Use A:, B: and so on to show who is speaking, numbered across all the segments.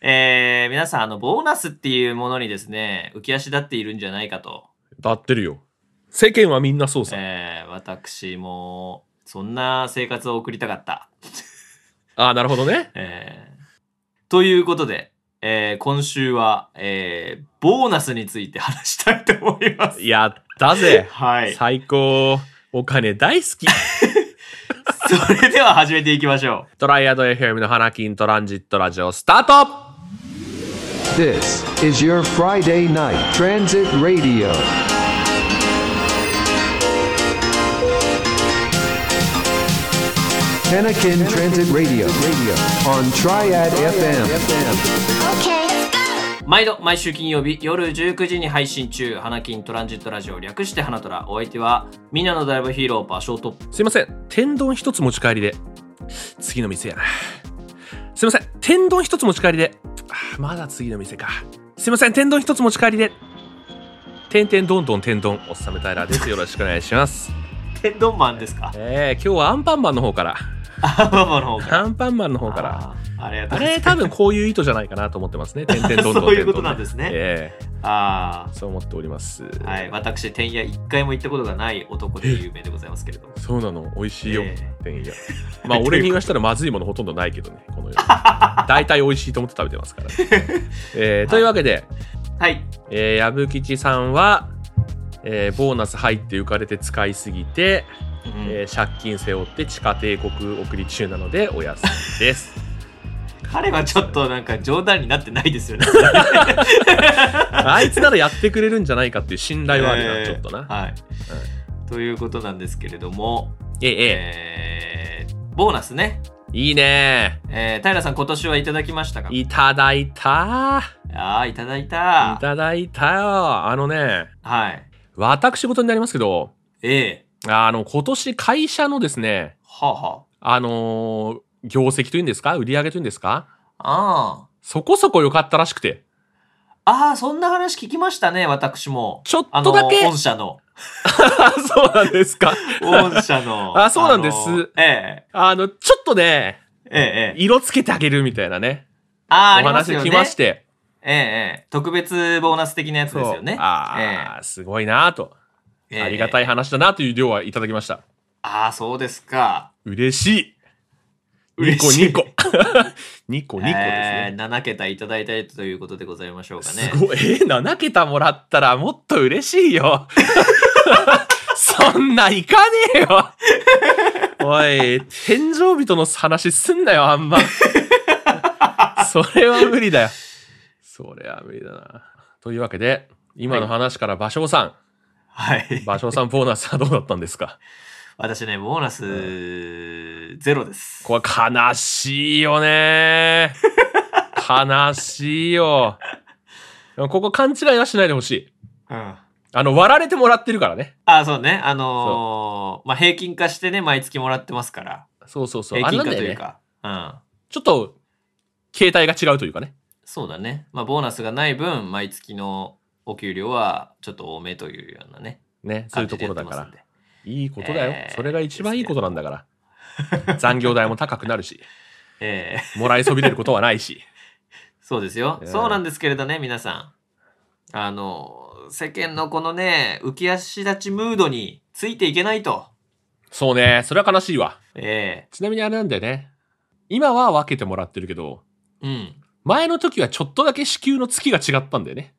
A: えー皆さん、あの、ボーナスっていうものにですね、浮き足立っているんじゃないかと。
B: だってるよ。世間はみんなそうさ。
A: えー私も、そんな生活を送りたかった。
B: ああ、なるほどね。
A: えーということで、えー今週は、えーボーナスについて話したいと思います。
B: やったぜ。
A: はい。そ
B: 最高。お金大好き。
A: れでは始めていきましょう。
B: トライアド FM の花金トランジットラジオスタート
C: This is your Friday night transit radio. Pelican Transit Radio on Triad FM.
A: 毎度毎週金曜日夜19時に配信中花金トランジットラジオ略して花トラお相手はみんなのドライブヒーロー場所と
B: すいません。天丼一つ持ち帰りで。次の店やな。すいません。天丼一つ持ち帰りで。あーまだ次の店か。すいません。天丼一つ持ち帰りで。てんてんどんどん天丼。おっさめタイラーです。よろしくお願いします。
A: 天丼マンですか
B: えー、今日はアンパンマンの方から。
A: あママの方から
B: アンパンマンの方から。
A: あーありがと
B: あ
A: うござい
B: れ、多分こういう意図じゃないかなと思って ますね。てんてんどんどん天丼、
A: そういうことなんですね
B: え
A: ますあ
B: ーそう思っております。
A: ーはい私天野一回も行ったことがない男で有名でございますけれども
B: そうなの美味しいよ、
A: え
B: てんや。まあ俺に言わしたらまずいものほとんどないけどね、この世に。大体美味しいと思って食べてますから、ねえーというわけで、
A: はい
B: えー、矢吹吉さんは、えーボーナス入って浮かれて使いすぎて、えー借金背負って地下帝国送り中なのでお休みです。
A: 彼はちょっとなんか冗談になってないですよね
B: あいつならやってくれるんじゃないかっていう 信頼はあるな、
A: えー
B: ちょっとな。
A: はいということなんですけれども
B: ええ
A: え
B: え
A: ーボーナスね
B: えいいね
A: えー、平さん今年はいただきましたか
B: いただいた
A: ああ、いただい
B: い
A: た。
B: ただいたよあのね、
A: はい。
B: 私事になりますけど、
A: ええ
B: あの、今年会社のですね、
A: はあ、は
B: あのー業績というんですか売り上げというんですか
A: あ。あ
B: そこそこ良かったらしくて。
A: あ。ああ、そんな話聞きましたね、私も。
B: ちょっとだけ
A: あの、御社の。
B: あ そうなんですか。
A: 御社の。
B: あそうなんです
A: あのえ
B: あの、ちょっとね、
A: えええええ
B: 色つけてあげるみたいなね。
A: ああ、あ
B: お
A: ります
B: 話
A: よね。
B: 来まして。
A: ええええ特別ボーナス的なやつですよね。
B: ああ、すごいなと。
A: ええ
B: ありがた
A: い。
B: い話だなという量はいただきました。
A: ああ、そうですか。
B: 嬉しい。
A: 嬉しい
B: 2個2個。2個2個
A: え
B: ですね。
A: え7桁いただいたいということでございましょうかね。
B: すごい。えー、7桁もらったらもっと嬉しいよ。 そんないかねえよ。おい、天井人の話すんなよ、あ んま。それは無理だよ。それは無理だな。というわけで、今の話から芭蕉さん、
A: はい。
B: 芭蕉さんボーナスはどうだったんですか
A: 私ね、ボーナス、ゼロです。
B: これ悲しいよね。悲しいよ。ここ勘違いはしないでほしい。
A: うん。
B: あの、割られてもらってるからね。
A: あ、そうね。あのーまあ、平均化してね、毎月もらってますから。
B: そうそうそう。
A: 平
B: あれ
A: 均化
B: なん
A: と
B: だ
A: い
B: よ
A: う
B: ね。
A: か。うん。
B: ちょっと、携帯が違うというかね。
A: そうだね。まあ、ボーナスがない分、毎月のお給料はちょっと多めというようなね。
B: ね、そういうところだから
A: 感じ。でやって
B: いいことだよ、
A: えー
B: それが一番いいことなんだから。残業代も高くなるし、
A: ますん でええ
B: もらいそびれることはないし。
A: そうですよ、
B: ええ
A: そうなんですけれどね、皆さん。あの、世間のこのね、浮き足立ちムードについていけないと。
B: そうね、それは悲しいわ。
A: え
B: ちなみにあれなんだよね。今は分けてもらってるけど、
A: えうん。
B: 前の時はちょっとだけ支給の月が違ったんだよね。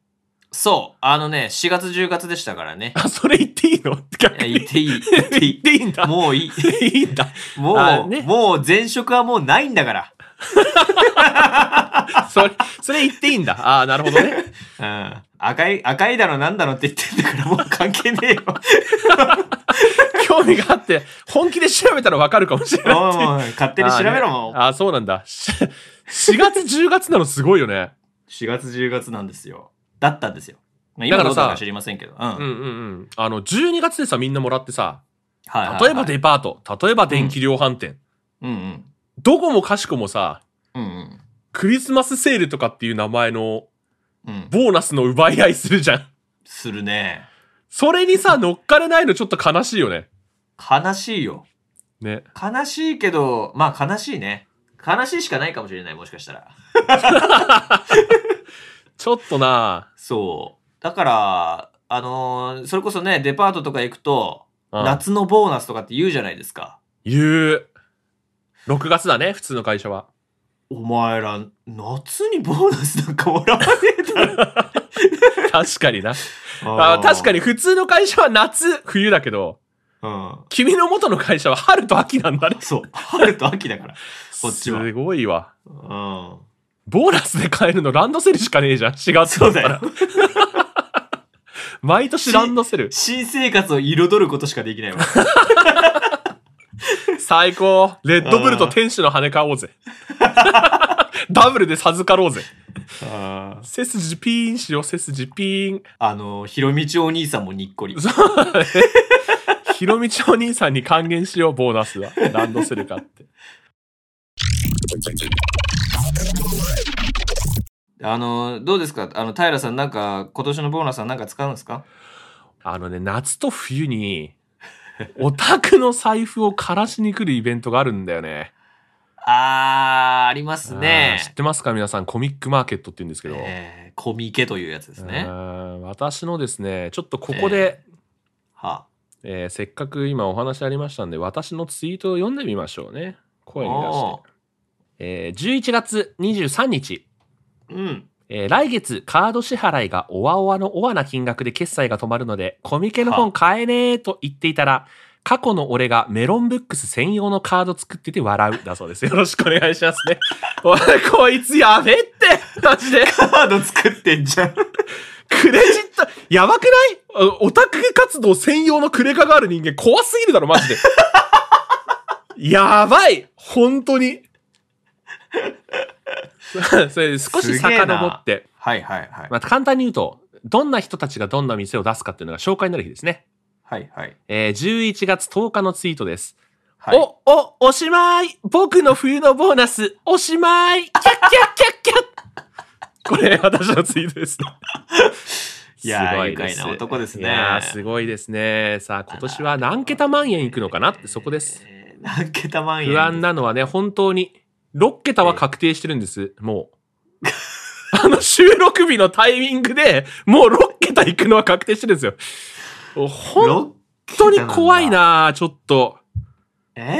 A: そう。あのね、4月10月でしたから ね。
B: あ、それ言っていいの逆
A: い
B: に
A: や言っていい。言ってい
B: 言っていいんだ。
A: い。もういい。
B: いいんだ。
A: も
B: あ
A: う、
B: ね
A: もう前職はもうないんだから。
B: それ、それ言っていいんだ。ああ、なるほどね。
A: うん。赤い、赤いだろなんだろって言ってんだからもう関係ねえ よ。
B: 興味があって、本気で調べたらわかるかもしれない
A: もうもう勝手に調べろもう。
B: あーそうなんだ。し4月、10月な のすごいよね。
A: 4月10月なんですよ。だったんですよ。まあ
B: だ
A: 今
B: から
A: ど
B: さ
A: うだか知りませんけど。うん。
B: うんうんうん。あの、12月でさ、みんなもらってさ、
A: はいはいはい
B: 例えばデパート、例えば電気量販店、
A: うんうん。
B: どこもかしこもさ、
A: うんうん。
B: クリスマスセールとかっていう名前の
A: うん。
B: ボーナスの奪い合いするじゃん。
A: するね。
B: それにさ、 乗っかれないのちょっと悲しいよね。
A: 悲しいよ。
B: ね。
A: 悲しいけど、まあ悲しいね。悲しいしかないかもしれない、もしかしたら。
B: ちょっとな
A: そう。だから、あのーそれこそね、デパートとか行くと、
B: うん
A: 夏のボーナスとかって言うじゃないですか。
B: 言う。6月だね、普通の会社は。
A: お前ら、夏にボーナスなんかもらわねえだろ。
B: 確かにな。 あ確か
A: に。
B: に普通の会社は夏、冬だけど、
A: うん。
B: 君の元の会社は春と秋なんだね。
A: そう。春と秋だから。こっちは
B: すごいわ。
A: うん。
B: ボーナスで買えるのランドセルしかねえじゃん。4月
A: そうだ
B: ったら
A: よ。。
B: 毎年ランドセル。
A: 新生活を彩ることしかでき ないわ。
B: 最高。レッドブルと天使の羽買おうぜ。 ダブルで授かろうぜ。
A: あ
B: 背筋ピーンしよう、背筋ピーン。
A: の、ひろみちお兄さんもにっこり。
B: ひろみちお兄さんに還元しよう、ボーナスは。ランドセル買って。
A: あの、どうですかあの、平さんなんか、今年のボーナスはなんか使うんですか
B: あのね、夏と冬に、オタクの財布を枯らしに来るイベントがあるんだよね。
A: あー、あります
B: あー知ってますか皆さん、コミックマーケットって言うんですけど。
A: えー、コミケというやつですね。
B: う
A: は
B: ん私のですね、ちょっとここで、
A: あ、
B: えーせっかく今お話ありましたんで、私のツイートを読んでみましょうね。声に出して
A: お。
B: えー11月23日、
A: うん。
B: えー来月カード支払いがおわおわのおわな金額で決済が止まるので、コミケの本買えねーと言っていたら、過去の俺がメロンブックス専用のカード作ってて笑うだそうです。よろしくお願いしますね。おい、こいつやべえってマジで
A: カード作ってんじゃん。
B: クレジット、やばくないあオタク活動専用のクレカがある人間怖すぎるだろ、マジ で。やばい本当に。 それ少し
A: すげえな
B: 遡って、
A: はいはいはい。
B: まあ、簡単に言うと、どんな人たちがどんな店を出すかっていうのが紹介になる日ですね。
A: はいはい。
B: えー11月10日のツイートです。
A: はい、
B: お、お、おしまい僕の冬のボーナス、おしまいキャッキャッキャッキャッこれ、私のツイート ですね。
A: いやー
B: すごです
A: 愉快な男ですね
B: いやーすごいですね。さあ、今年は何桁万円いくのかなって、そこです。
A: えー何桁万円
B: 不安なのはね、本当に、6桁は確定してるんです、もう。 あの、収録日のタイミングで、もう6桁いくのは確定してるんですよ。本
A: 本
B: 当に怖い。なーちょっと。
A: えー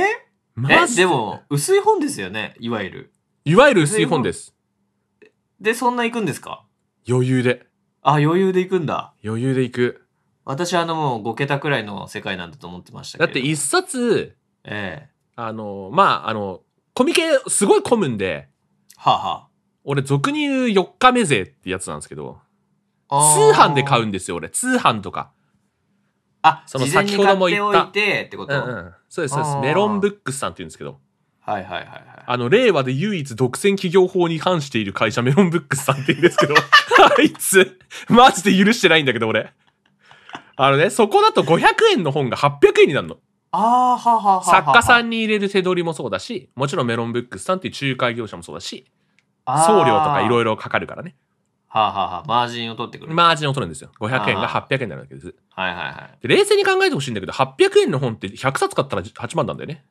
B: マ
A: え、
B: ジ
A: でも、薄い本ですよね、いわゆる。
B: いわゆる薄い本です。
A: で、そんな行くんですか
B: 余裕で。
A: あ、余裕で行くんだ。
B: 余裕でいく。
A: 私、あの、もう5桁くらいの世界なんだと思ってましたけ
B: だ
A: ど。
B: って一冊、
A: ええ
B: あの、まあ、あの、コミケすごい混むんで、
A: はあ、は
B: 俺俗に言う4日目勢ってやつなんですけど、
A: ああ
B: 通
A: ー。
B: 販で買うんですよ、俺。通販とか。
A: あ、
B: その
A: 事前に
B: 先ほども言った
A: 買っておいてってこ
B: う
A: と、
B: んうん。そうです、そうで
A: あ
B: す。
A: ー
B: メロンブックスさんって言うんですけど、
A: はいはいはいは
B: あの、令和で唯一独占企業法に反している会社メロンブックスさんって言うんですけど、 あいつ、マジで許してないんだけど、俺。あのね、そこだと500円の本が800円になるの。
A: い。ああ、はあはあはあはあ。
B: 作家さ
A: ん、
B: んに入れる手取りもそうだし、もちろんメロンブックスさんっていう仲介業者もそうだし、送料とかいろ
A: いろ。
B: いろかかるからね。
A: はあはあはあ、マージンを取ってくる。
B: マージンを取るんですよ。500円が
A: あー
B: 800円になるわけです。
A: はいはいはい。
B: で冷静に考えてほしいんだけど、800円の本って100冊買ったら8万なんだよね。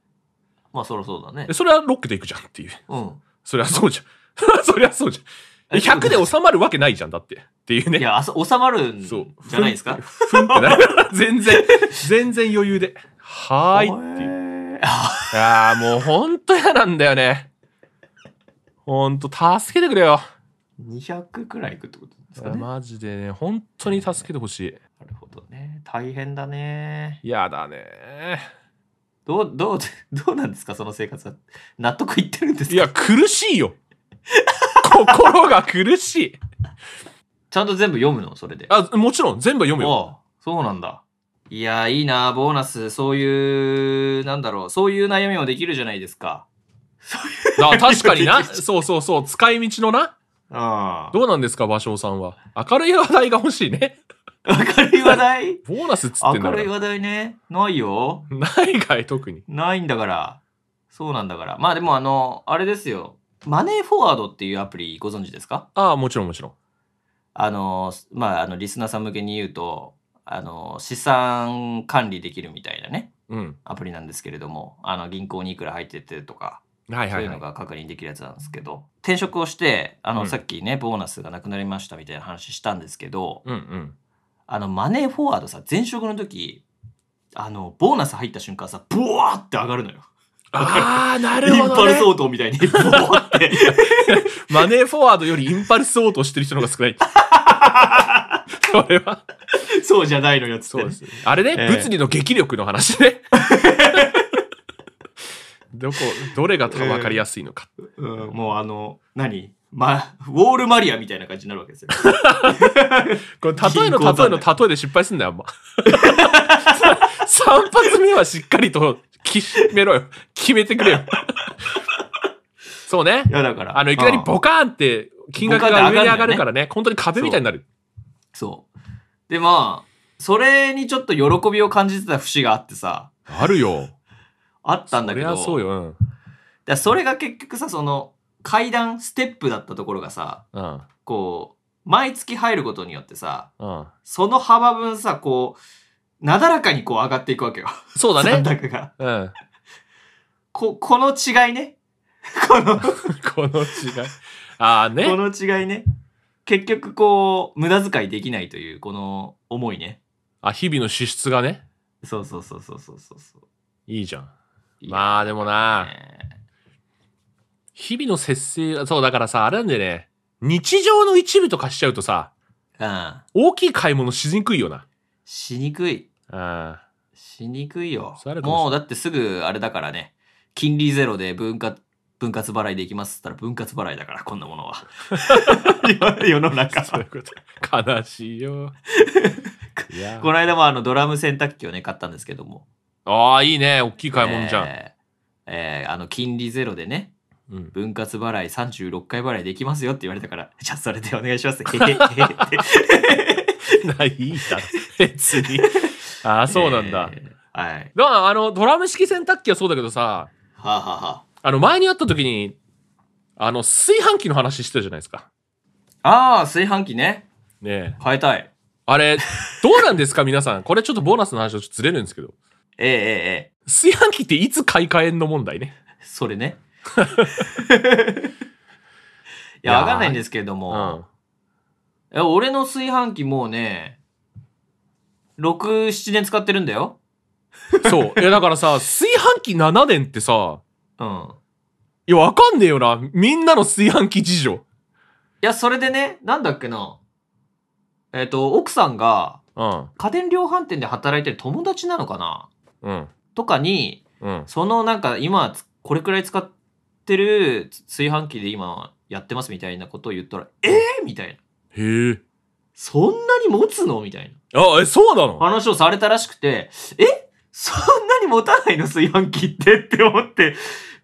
A: まあ、そろそうだね
B: で。それはロックでいくじゃんっていう。
A: うん。
B: そりゃそうじゃん。 そりゃそうじゃん。
A: え
B: 100で収まるわけないじゃん、だって。っていう
A: い
B: ね。
A: や、あそ収まるんじ
B: そう。
A: ゃないですか
B: ふんふんってなるから 全然、全然余裕で。はーいっていう。
A: いう。あ
B: ああ、もうほんと嫌なんだよね。ほんと、助けてくれよ。
A: 200くらいいくってことですかね。な
B: マジでね、本当に助けてほしい。
A: るほどね。大変だね。
B: 嫌だね。
A: どう、どう、どうなんですかその生活は。納得いってるんです
B: い
A: か
B: や、苦しいよ。 心が苦しい。
A: ちゃんと全部読むのそれで。
B: あ、もちろん全部読むよ。
A: おうそうなんだ。いやー、いいなボーナス、そういう、なんだろう、そういう悩みもできるじゃないですか。
B: あ確かに な。そうそうそう。使い道のな。
A: あ
B: どうなんですか、芭蕉さんは。明るい話題が欲しいね。
A: 明るい話題
B: ボーナスっつってん
A: 明
B: だか
A: るい
B: ら。
A: 話題ね。ないよ。
B: ないかい、特に。
A: ないんだから。そうなんだから。まあでも、あの、あれですよ。マネーフォワードっていうアプリご存知ですか
B: ああ、もちろんもちろん。
A: あの、まあ、あの、リスナーさん向けに言うと、あの、資産管理できるみたいなね、
B: うん。
A: アプリなんですけれども、あの、銀行にいくら入っててとか、
B: はい
A: そ
B: は
A: うい
B: いう
A: の
B: はい。
A: が確認できるやつなんですけど、転職をして、あの、
B: うん
A: さっきね、ボーナスがなくなりましたみたいな話したんですけど、
B: うんうん。
A: あの、マネーフォワードさ、前職の時、あの、ボーナス入った瞬間さ、ブワーって上がるのよ。
B: ああ、な
A: イ
B: る
A: ン
B: ほ
A: パ
B: ど、
A: ル
B: ね
A: ス。応答みたいに、ブ ワーって。
B: マネーフォワードよりインパルス応答してる人の方が少 ない。それは。
A: そうじゃないのよ、つって
B: そう
A: ね、
B: です。あれね、
A: ええ
B: 物理の激力の話 ね。どこ、どれが分かりやすいのか。
A: うん、もうあの、何ま、ウォールマリアみたいな感じになるわけ ですよ。
B: これ、例え
A: 人
B: の
A: 工
B: 例え
A: 算
B: の
A: だ
B: 例えで失敗すんなよ、あんま。3発目はしっかりと決めろよ。決めてくれよ。そうね
A: い。や、だから。
B: あの、いきなり
A: うん
B: ボカーンって金額が上に上がるからね、本当に壁みたいになる。
A: そう。で、まあ、それにちょっと喜びを感じてた節があってさ、
B: あるよ。
A: あったんだ
B: そ
A: け
B: り
A: ど、
B: ゃそうよ。うん。
A: だからそれが結局さ、その、階段、ステップだったところがさ、
B: うん。
A: こう、毎月入ることによってさ、
B: うん。
A: その幅分さ、こう、なだらかにこう上がっていくわけよ。
B: そうだ
A: 残
B: ね。
A: 高が。
B: うん。
A: こ、この違いね。 この、こ
B: この違い。ああね。
A: の違いね。結局こう、無駄遣いできないという、この思いね。
B: あ、日々の支出がね。
A: そうそうそうそうそうそうそう。
B: いいじゃん。
A: いや
B: まあでもな、
A: ね
B: 日々の節制、そうだからさ、あれなんでね、日常の一部とかしちゃうとさ、
A: うん。
B: 大きい買い物しにくいよな。
A: しにくい。
B: うん。
A: しにくいよ
B: それあ。るかもしれない
A: もうだってすぐあれだからね。金利ゼロで分割、分割払いできますっつったら分割払いだから、こんなもの は。世の中
B: そうい
A: は。
B: うこと。悲しいよ。 いや
A: この間もあのドラム洗濯機をね、買ったんですけども。
B: ああ、いいね。大きい買い物じゃん。
A: えーえーあの、金利ゼロでね、
B: うん、
A: 分割払い36回払いできますよって言われたから、じゃあそれでお願いします。へへへへって
B: ない、いだろ。別に。 ああ、 そうなんだ。
A: えーはい。
B: だから、あの、ドラム式洗濯機はそうだけどさ、
A: はあ、はあは
B: あの、前に会った時に、あの、炊飯器の話してたじゃないですか。
A: あ、あー炊飯器ね。
B: ねえ。
A: 変えたい。
B: あれ、どうなんですか 皆さん。これちょっとボーナスの話とちょっとずれるんですけど。
A: えええええ
B: 炊飯器っていつ買い替えんの問題ね。
A: えそれ ね。い
B: いや
A: や、
B: ー
A: わかんないんですけれど
B: う
A: も、
B: ん。
A: いや俺の炊飯器もうね、6、7年使ってるんだよ。
B: そう。いや、だからさ、炊飯器7年ってさ、
A: うん。
B: いや、わかんねえよな。みんなの炊飯器事情。
A: いや、それでね、なんだっけな。えっ、と、奥さんが
B: うん。
A: 家電量販店で働いてる友達なのかな
B: うん。
A: とかに、
B: うん。
A: そのなんか今つ、これくらい使ってる炊飯器で今やってますみたいなことを言ったら、えー、みたいな。
B: へえ。
A: そんなに持つのみたい
B: あ、え、そうな
A: な
B: の
A: 話をされたらしくて、えそんなに持たないの炊飯器ってって思って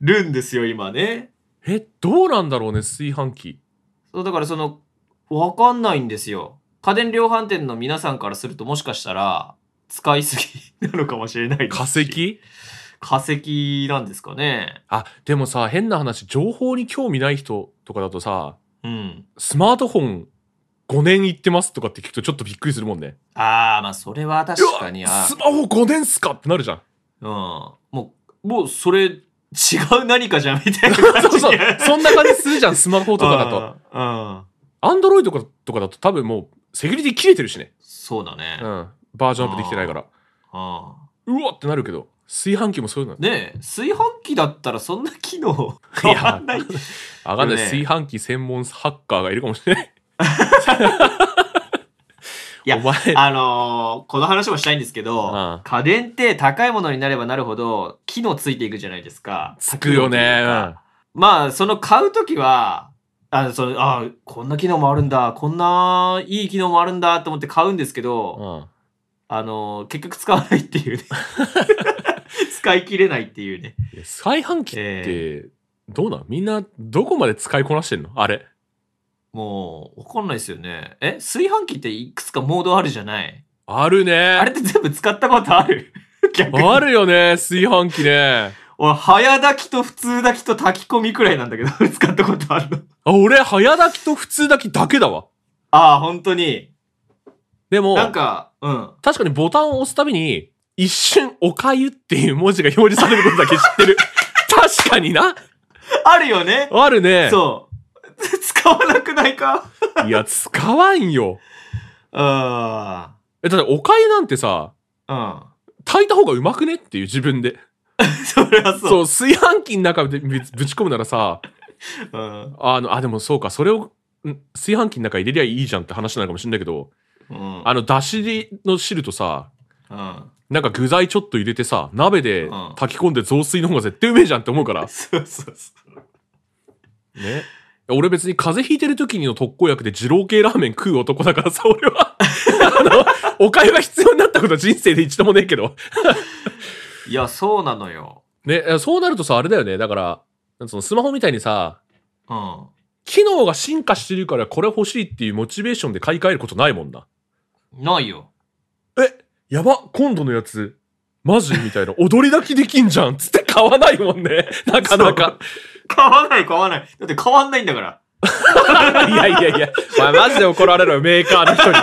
A: るんですよ、今ね。
B: え、どうなんだろうね、炊飯器。
A: そう、だからその、わかんないんですよ。家電量販店の皆さんからするともしかしたら、使いすぎなのかもしれないです
B: 化
A: し
B: 石
A: 化石なんですかね。
B: あ、でもさ、変な話、情報に興味ない人とかだとさ、
A: うん。
B: スマートフォン5年いってますとかって聞くとちょっとびっくりするもんね。
A: ああ、まあそれは確かに、
B: うわ
A: あ
B: スマホ5年っすかってなるじゃん。
A: うん。もう、もうそれ、違う何かじゃんみたいな感じ
B: そうそう。そんな感じするじゃん、スマホとかだと。
A: と。うん。うん
B: アンドロイドとかだと多分もう、セキュリティ切れてるしね。
A: そうだね。
B: う
A: うん
B: ん。バージョンアップできてないから。うわってなるけど、炊飯器もそういうの。
A: ねえ、炊飯器だったらそんな機能変わんない。
B: あがんない、
A: でもね
B: 炊飯器専門ハッカーがいるかもしれない。
A: いや
B: お前、
A: あのーこの話もしたいんですけど、
B: うん
A: 家電って高いものになればなるほど、機能ついていくじゃないですか。
B: つくよね。うん
A: まあ、その買うときは、あのそのあこんな機能もあるんだ、こんないい機能もあるんだと思って買うんですけど、
B: うん。
A: あのー結局使わないって いうね。使い切れないっていうね。
B: いや炊飯器って、どうなんみんな、どこまで使いこなしてんのあれ。
A: もう、わかんないですよね。え炊飯器っていくつかモードあるじゃない
B: ある ね。
A: あれって全部使ったことある逆に。
B: あるよね、炊飯器ね。
A: 俺、早炊きと普通炊きと炊き込みくらいなんだけど、 使ったことあるの。
B: あ俺、早炊きと普通炊きだけだわ。
A: ああ、本当に。
B: でも、
A: なんか、うん。
B: 確かにボタンを押すたびに、 一瞬、おかゆっていう文字が表示されることだけ知ってる。確かにな。
A: あるよね。
B: あるね。
A: そう。 使わなくないか
B: いや、使わんよ。
A: あ
B: え、だってお粥なんてさ、
A: あ。
B: 炊いた方がうまくねっていう自分で。
A: うん。 それはそう。
B: そう、炊飯器の中でぶぶち込むならさ、
A: うん。
B: あの、あ、でもそうか、それを、ん炊飯器の中に入れりゃいいじゃんって話なのかもしれないけど、
A: うん。
B: あの、だしの汁とさ、
A: うん。
B: なんか具材ちょっと入れてさ、鍋で炊き込んで雑炊の方が絶対うめえじゃんって思うから。
A: そうそうそう。
B: ね。俺別に風邪ひいてる時の特効薬で二郎系ラーメン食う男だからさ、俺は。あの、お粥が必要になったことは人生で一度もねえけど。
A: いや、そうなのよ。
B: ね、そうなるとさ、あれだよね。だから、そのスマホみたいにさ、
A: うん。
B: 機能が進化してるからこれ欲しいっていうモチベーションで買い替えることないもんな。
A: ないよ。
B: え、やば、今度のやつ、マジみたいな。踊りだけできんじゃんつって買わないもんね。なかなか。
A: 買わない、買わない。だって変わんないんだから。
B: いやいやいや、お前マジで怒られるよ、メーカーの人に。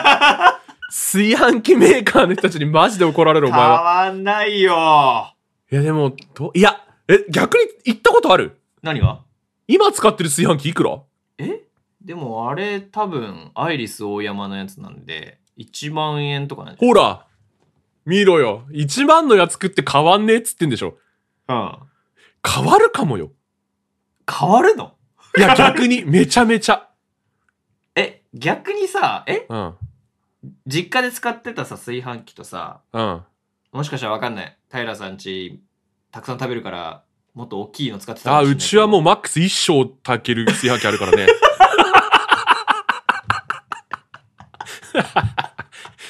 B: 炊飯器メーカーの人たちにマジで怒られる、お
A: 変
B: 前は。
A: わんないよ。
B: いや、でも、どいや、え、逆に行ったことある
A: 何が
B: 今使ってる炊飯器いくら
A: えでもあれ多分、アイリス大山のやつなんで、1万円とかなんじ
B: ほら、見ろよ。1万のやつ食って変わんねえっつってんでしょ。
A: ゃないうん。
B: 変わるかもよ。
A: 変わるの
B: いや、逆に、めちゃめちゃ。
A: え、逆にさ、え
B: うん。
A: 実家で使ってたさ、炊飯器とさ、
B: うん。
A: もしかしたらわかんない。平さんち、たくさん食べるから、もっと大きいの使ってた
B: あ、うちはもう
A: う。
B: マックス一生炊ける炊飯器あ るからね。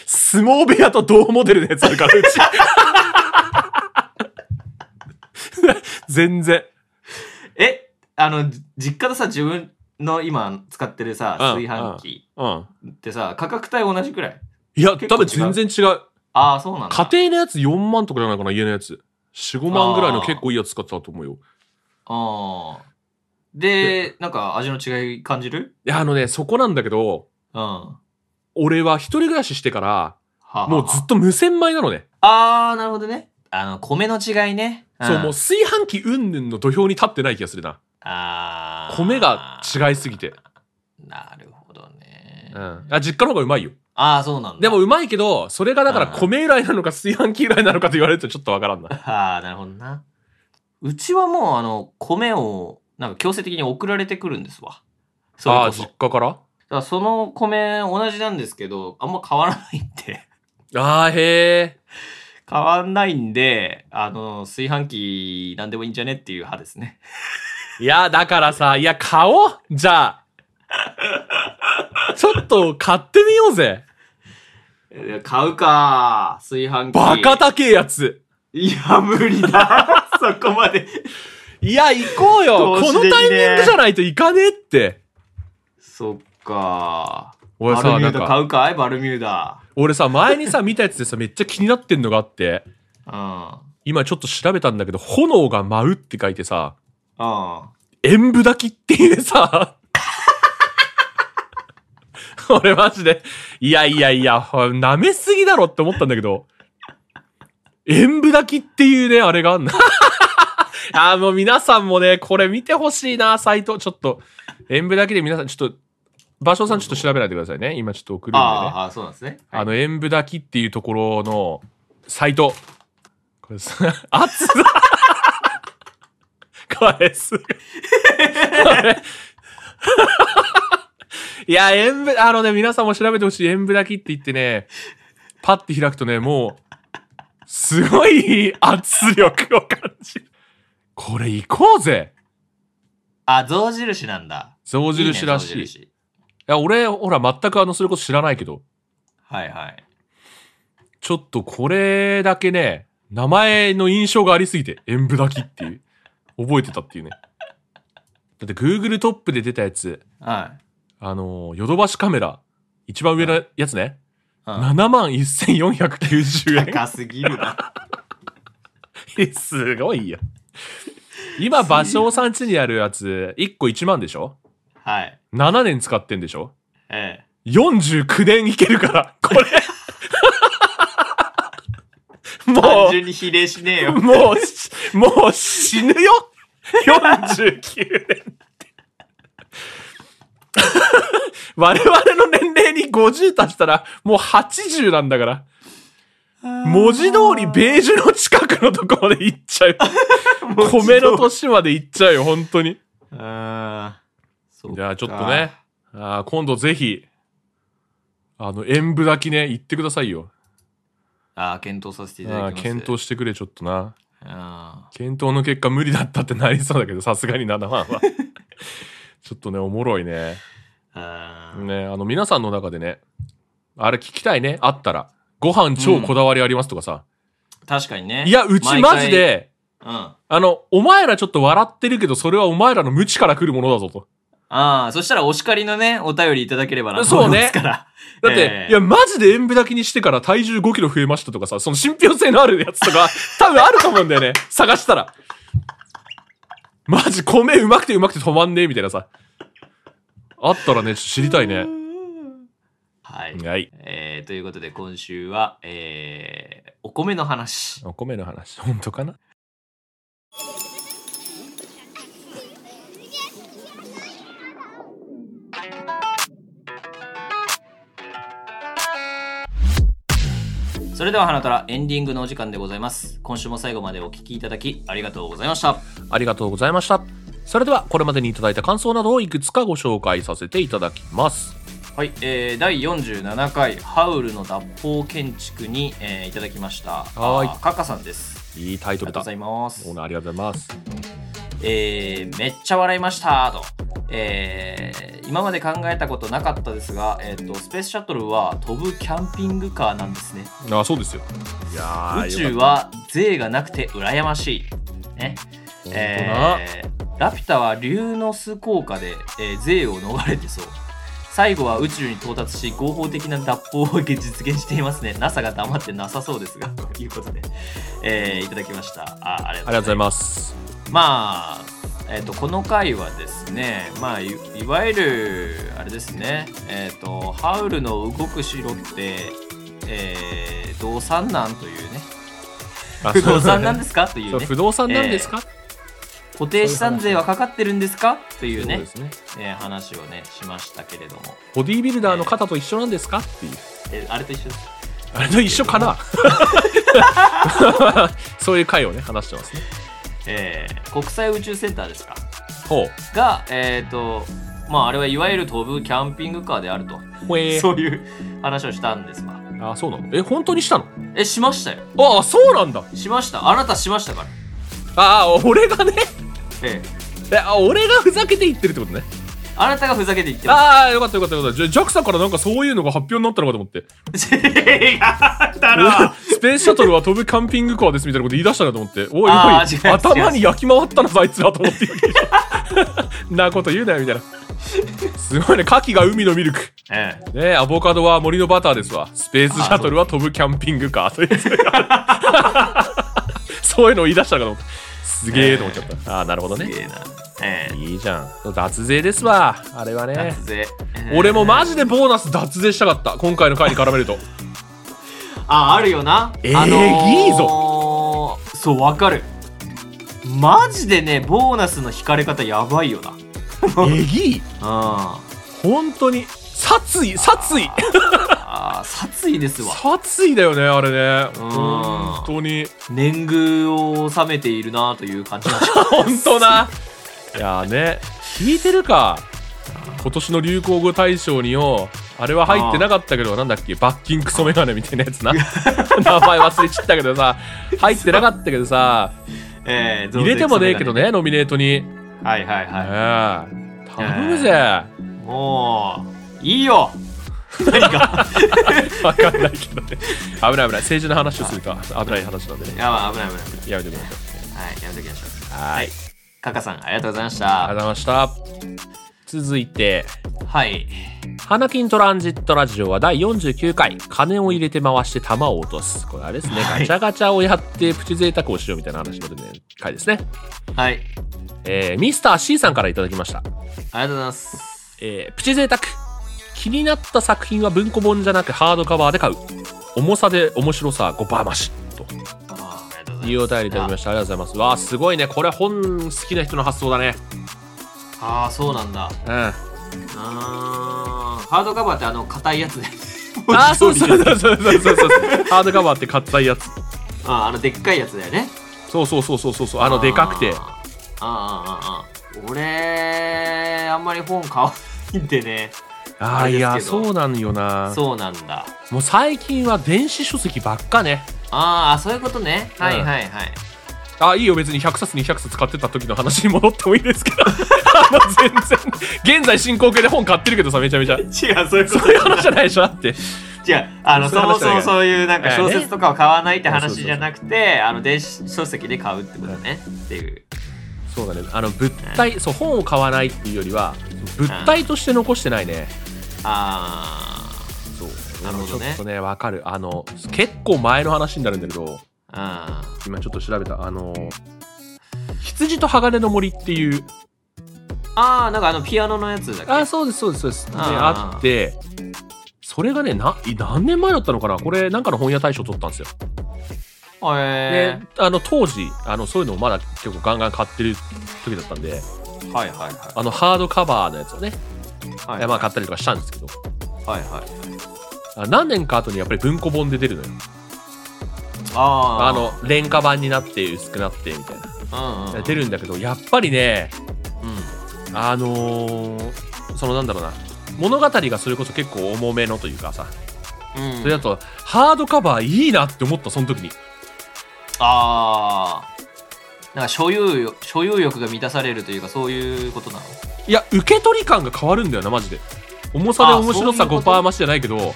B: 相撲部屋と同モデルのやつあるから、うち。 全然。
A: え、あの、じ実家とさ、自分の今使ってるさ、
B: う
A: 炊
B: ん
A: 飯器
B: うん。
A: ってさ、価格帯同じくらい
B: いや、
A: 結
B: 多
A: 構違
B: 分
A: う
B: 全然違う。
A: ああ、そうなんだ。
B: 家庭のやつ4万とかじゃないかな、家のやつ。4、5万ぐらいの
A: あー
B: 結構いいやつ使ってたと思うよ。
A: ああ。で、なんか味の違い感じる
B: いや、あのね、そこなんだけど、
A: うん。は
B: 俺は一人暮らししてから、
A: あはあ
B: もうずっと無洗米なのね。
A: ああ、なるほどね。あの、米の違いね。
B: そう、も
A: う
B: う炊飯器云々の土俵に立ってない気がするな。
A: ああ。
B: 米が違いすぎて。
A: なるほどね。
B: うん。あ、実家の方がうまいよ。
A: ああ、そうなんだ。
B: でも、うまいけど、それがだから
A: うん
B: 米由来なのか炊飯器由来なのかと言われるとちょっとわからんな。
A: ああ、なるほどな。うちはもう、あの、米を、なんか強制的に送られてくるんですわ。そ
B: あ
A: れ
B: あ、
A: こそ。
B: 実
A: だか
B: 家から
A: らその米、同じなんですけど、あんま変わらないんで。
B: ああ、へえ。
A: 変わんないんで、あの、炊飯器、なんでもいいんじゃねっていう派ですね。
B: いや、だからさ、いや、買おうじ ゃあ。ちょっと買ってみようぜ。
A: いや買うか炊飯器。
B: バカ高えやつ。
A: いや、無理だ。 そこまで。
B: いや、行こうよ、
A: 投
B: こ
A: 資
B: の
A: できねえ
B: タイミングじゃないといかねえって。
A: そっか。
B: 俺
A: バルミ
B: さ、
A: ュ
B: な
A: ー
B: ん
A: ダ
B: か、
A: 買うかいバルミューダ。
B: 俺さ、前にさ、見たやつでさ、めっちゃ気になってんのがあって、
A: うん。
B: 今ちょっと調べたんだけど、炎が舞うって書いてさ、
A: うん。
B: 演舞炊きっていうさ、 俺マジで、いやいやいや、ほ舐めすぎだろって思ったんだけど、演舞炊きっていうね、あれがあん な。あーもう皆さんもね、これ見てほしいな、サイト。ちょっと、演舞だけで皆さん、ちょっと、場所さんちょっと調べないでくださいね。今ちょっと送るんでね。
A: あ
B: あ
A: ああ、そうなんですね。はい
B: の、演舞炊きっていうところのサイト。これさ、 熱だこれす ごいいや、演舞、あのね、皆さんも調べてほしい演舞だきって言ってね、パッて開くとね、もう、すごい圧力を感じる。これ行こうぜ
A: あ、象印なんだ。
B: 象
A: いいね
B: 印らしい。い
A: 象印
B: や、俺、ほら、全くあの、それこそ知らないけど、
A: はいはい。
B: ちょっとこれだけね、名前の印象がありすぎて、演舞だきっていう、覚えてたっていうね。だって Google トップで出たやつ、
A: は
B: あの、ヨドバシカメラ、一番上のやつね。
A: い。うん
B: 7万1490円。
A: 高すぎる な。
B: すごいよ。今、芭蕉さん家にあるやつ、1個1万でしょ
A: はい。
B: ?7 年使ってんでしょ
A: ええ。
B: ?49 年いけるから、こ れ。 も
A: 単純に比例しねえよ。
B: う、もうし、もう死ぬよ49年って。我々の年齢に50足したら、もう80なんだから。文字通りベージュの近くのとこまで行っちゃう。米の年まで行っちゃうよ、本当に。
A: あーそうか
B: じゃあちょっとね、あー今度ぜひ、あの、演舞だきね、行ってくださいよ。
A: あー検討させていた
B: あ
A: だ
B: ー
A: きます
B: 検討してくれ、ちょっとな。
A: あ
B: 検討の結果無理だったってなりそうだけど、さすがに7万は。ちょっとね、おもろいね。
A: ーあー
B: ね、あの、皆さんの中でね、あれ聞きたいね、あったら。ご飯超こだわりありますとかさ。
A: 確かにね
B: いや、うちマジで、
A: 毎回うんあ
B: あの、お前らちょっと笑ってるけど、それはお前らの無知から来るものだぞと。
A: あーそしたらお叱りのねお便りいただければなと
B: そうね
A: 思いますから
B: だって、
A: ええ
B: いや、マジで塩分だけにしてから体重5キロ増えましたとかさ、その信憑性のあるやつとか、 多分あると思うんだよね。探したら。マジ、米うまくてうまくて止まんねえ、みたいなさ。あったらね、ちょっと知りたいね。
A: はい、
B: はい。
A: えーということで今週は、えーお米の話
B: お米の話、本当かな
A: それでは花虎エンディングのお時間でございます今週も最後までお聞きいただきありがとうございました
B: ありがとうございました。それでは、これまでにいただいた感想などをいくつかご紹介させていただきます。
A: はい、えー、第47回ハウルの脱法建築に、えーいただきました
B: はーい
A: あーカカさんです
B: いいタイ
A: あ
B: ト
A: り
B: ル
A: がとう
B: だ
A: ござ。います
B: オーナーありがとうございます。
A: えーめっちゃ笑いましたと、えー今まで考えたことなかったですが、えー、とスペースシャトルは飛ぶキャンピングカーなんですね
B: あそうですよ。いやー
A: 宇
B: よ
A: 宙
B: かっ
A: は税がなくて羨ましい、ね
B: た本当な
A: えーラピュタは竜の巣効果で、えー税を逃れてそう最後は宇宙に到達し合法的な脱法を実現していますね NASA が黙ってなさそうですが ということで、えーいただきましたあありが
B: ありがとうご
A: とうご
B: ざ
A: ざい
B: い
A: ます
B: ます。
A: まあえっとこの回はですね、まあ、いいわゆるあれですね、えっとハウルの動く城って、えー、動産なんというね
B: あ
A: 不動産なんですすかというね
B: 不動産なんですか、
A: 固定資産税はかかってるんですかという
B: そう
A: ね
B: ですね。
A: えー話をねしましたけれども、
B: ボディービルダーの方と一緒なんですかっていう。
A: えーあれと一緒です
B: あれと一緒かな そういう回をね、話してますね。
A: えー国際宇宙センターですか
B: ほ
A: がえっ、とまああれはいわゆる飛ぶキャンピングカーであると、
B: う。ほえー
A: そういう話をしたんですが
B: あ、そうなのえ、本当にしたの
A: えしましたよ
B: ああ、そうなんだ。
A: しましたあなたしましたから
B: ああ、俺がね、
A: ええ
B: えあ俺がふざけて言ってるってことね。
A: あなたがふざけて言ってま
B: ああ、よかったよかったよかった。じゃ、JAXA からなんかそういうのが発表になったのかと思って。
A: す違った ろ
B: スペースシャトルは飛ぶキャンピングカーですみたいなこと言い出したなと思って。おいおい、
A: あー違います
B: 頭に焼き回ったな、あいつらと思って。 なこと言うなよ、みたいな。すごいね、牡蠣が海のミルク。
A: ええ
B: ねアボカドは森のバターですわ。スペースシャトルは飛ぶキャンピングカーというそれがそういうのを言い出したのかと思った。すげえと思っちゃった。ああー、なるほど
A: す
B: ね。
A: げえなええ
B: いいじゃん。脱税ですわ。あれはね。
A: 脱税ええ
B: 俺もマジでボーナス脱税したかった今回の回に絡 めると
A: ああるよな
B: えー
A: あ
B: いい
A: ぞそうわかるマジでねボーナスの引かれ方やばいよな
B: えぎい
A: うんあ
B: 本当に殺意殺意
A: あ殺意ですわ
B: 殺意だよねあれね
A: うん
B: 本当に
A: 年貢を納めているなという感じがします
B: 本当ないやーね聞いてるか今年の流行語大賞によあれは入ってなかったけどなんだっけ罰金クソメガネみたいなやつ な名前忘れちったけどさ入ってなかったけどさ
A: ええ
B: 入れてもねえけどねノミネートに、ね
A: はいはい
B: え
A: は
B: 頼むぜ、
A: いもういいよ 何が
B: わかんないけどね。危ない危ない。政治の話をすると危ない話なんで
A: い
B: ね。
A: やばい危ない危ない
B: やめてください。
A: はいやめときましょう
B: はい。
A: カカさんありがとうございました
B: ありがとうございました。続いて、
A: はい
B: 花金トランジットラジオは第49回、金を入れて回して玉を落とす。これあれですね、
A: はい
B: ガチャガチャをやってプチ贅沢をしようみたいな話の、ね、回ですね。
A: はい
B: えー、ミスター C さんからいただきました。
A: ありがとうございます
B: えー、プチ贅沢気になった作品は文庫本じゃなくハードカバーで買う。重さで面白さ5%増し。と。
A: あーありがとうございござい
B: いい
A: ます。
B: お便りいただきました。ありがとうございます。わあ、すごいね。これ本好きな人の発想だね。
A: ああ、そうなんだ。
B: うん。あ
A: あーハードカバーってあの硬いやつで
B: あ、そうそうそうそうそうそうそう。 ハードカバーって硬いやつ。
A: あーあのでっかいやつだよね
B: そうそうそうそうそうそう。あの、でかくて
A: あー。あーあーあー俺あんまり本買わないんでね
B: あ
A: あ
B: あ、
A: れで
B: い
A: すけど
B: や、そうなんよな。
A: そうなんだ
B: もう最近は電子書籍ばっかね。
A: ああそういうことねはいはいはい、
B: あ、いいよ、別に100冊200冊買ってた時の話に戻ってもいいですけど。 あの、全然。現在進行形で本買ってるけどさ、めちゃめちゃ。
A: 違うそういうこ
B: そういう話じゃないでしょだって。
A: 違うあの
B: そ
A: そう
B: いう
A: もそも
B: 話じゃない
A: そういうなんか
B: ええ
A: 小説とかを買わないって
B: そうそう
A: 話
B: そう
A: じゃなくてあの電子書籍で買うってことねっていう
B: そうだね。あの、物体、そう、本を買わないっていうよりは、物体として残してないね。
A: あ
B: そう。
A: なるほどね
B: ちょっとね、わかる。あの、結構前の話になるんだけど、
A: ーあー
B: 今ちょっと調べた、あの、羊と鋼の森っていう、
A: あーなんかあのピアノのやつだっけ
B: あ、そうです、そうです、そうです。で、
A: あー
B: あって、それがね、な、い何年前だったのかなこれ、なんかの本屋大賞取ったんですよ。
A: へ
B: で、あの、当時、あの、そういうのをまだ結構ガンガン買ってる時だったんで、
A: えはいはいはい
B: あの、ハードカバーのやつをね、
A: はい
B: まあ買ったりとかしたんですけど、
A: はいはい
B: あ何年か後にやっぱり文庫本で出るのよ。
A: あ
B: あの、廉価版になって薄くなってみたいな。
A: の、うんうん、
B: 出るんだけど、やっぱりね、
A: うん
B: あのーそのなんだろうな物語がそれこそ結構重めのというかさ、
A: うん、
B: それだとハードカバーいいなって思ったその時に
A: ああなんか所有欲所有欲が満たされるというかそういうことなの
B: いや受け取り感が変わるんだよなマジで重さで
A: あ
B: 面白さ
A: そういうこと
B: 5%増しじゃないけど
A: うん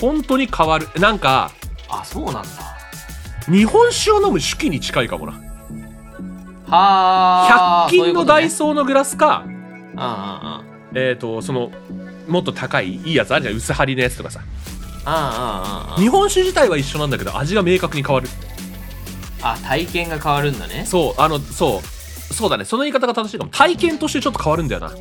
B: 本当に変わるなんか
A: あそうなんだ
B: 日本酒を飲む手記に近いかもな
A: はあ
B: 100均のダイ
A: そ
B: ソーのグラスか
A: ういうことねうんうんうん
B: えっ、とそのもっと高いいいやつあるじゃん薄張りのやつとかさ
A: あ
B: 日本酒自体は一緒なんだけど味が明確に変わる
A: あ体験が変わるんだね
B: そうあのそうそうだねその言い方が正しいかも体験としてちょっと変わるんだよな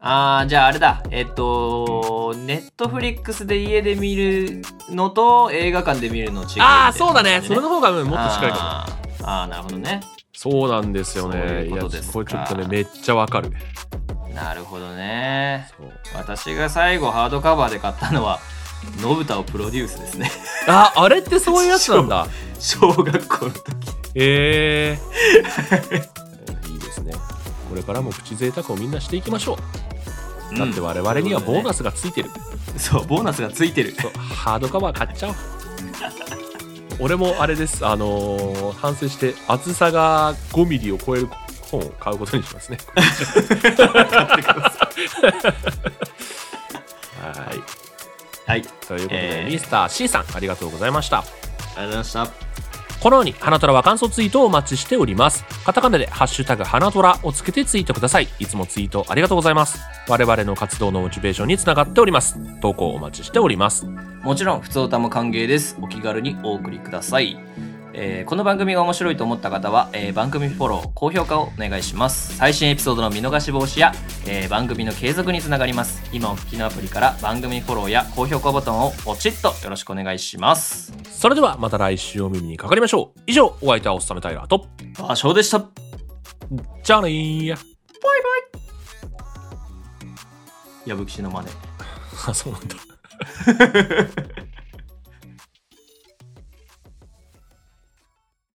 A: ああじゃああれだえっとネットフリックスで家で見るのと映画館で見るの違う
B: ああそうだねそれの
A: もっ
B: 方がうんもっと近いかも
A: あーあーなるほどね
B: そうなんですよ
A: そう
B: ね
A: いうことですか
B: これちょっとねめっちゃわかる
A: なるほどね
B: そう
A: 私が最後ハードカバーで買ったのはのぶたをプロデュースですね
B: ああれってそういうやつなんだ
A: 小学校の時
B: へえ いいですねこれからもプチ贅沢をみんなしていきましょうだって我々にはボーナ
A: ス、
B: スがついてる、
A: そうボーナスがついてる
B: そうハードカバー買っちゃおう俺もあれですあのー反省して厚さが5ミリを超える本を買うことにしますねはい
A: はい
B: ということで、
A: えー
B: ミスター C さんありがとうございました
A: ありがとうございまし
B: このように花虎は感想ツイートをお待ちしておりますカタカナで「ハッシュタグ花虎」をつけてツイートくださいいつもツイートありがとうございます我々の活動のモチベーションにつながっております投稿お待ちしております
A: たもちろん普通歌も歓迎ですお気軽にお送りください、えーこの番組が面白いと思った方は、えー番組フォロー高評価をお願いします最新エピソードの見逃し防止や、えー番組の継続につながります今お聞きのアプリから番組フォローや高評価ボタンをポチッとよろしくお願いします
B: それではまた来週お耳にかかりましょう以上お相手はおっさめタイラーと
A: 場所でした
B: じゃあねー
A: 矢吹氏の真似
B: あそうなんだ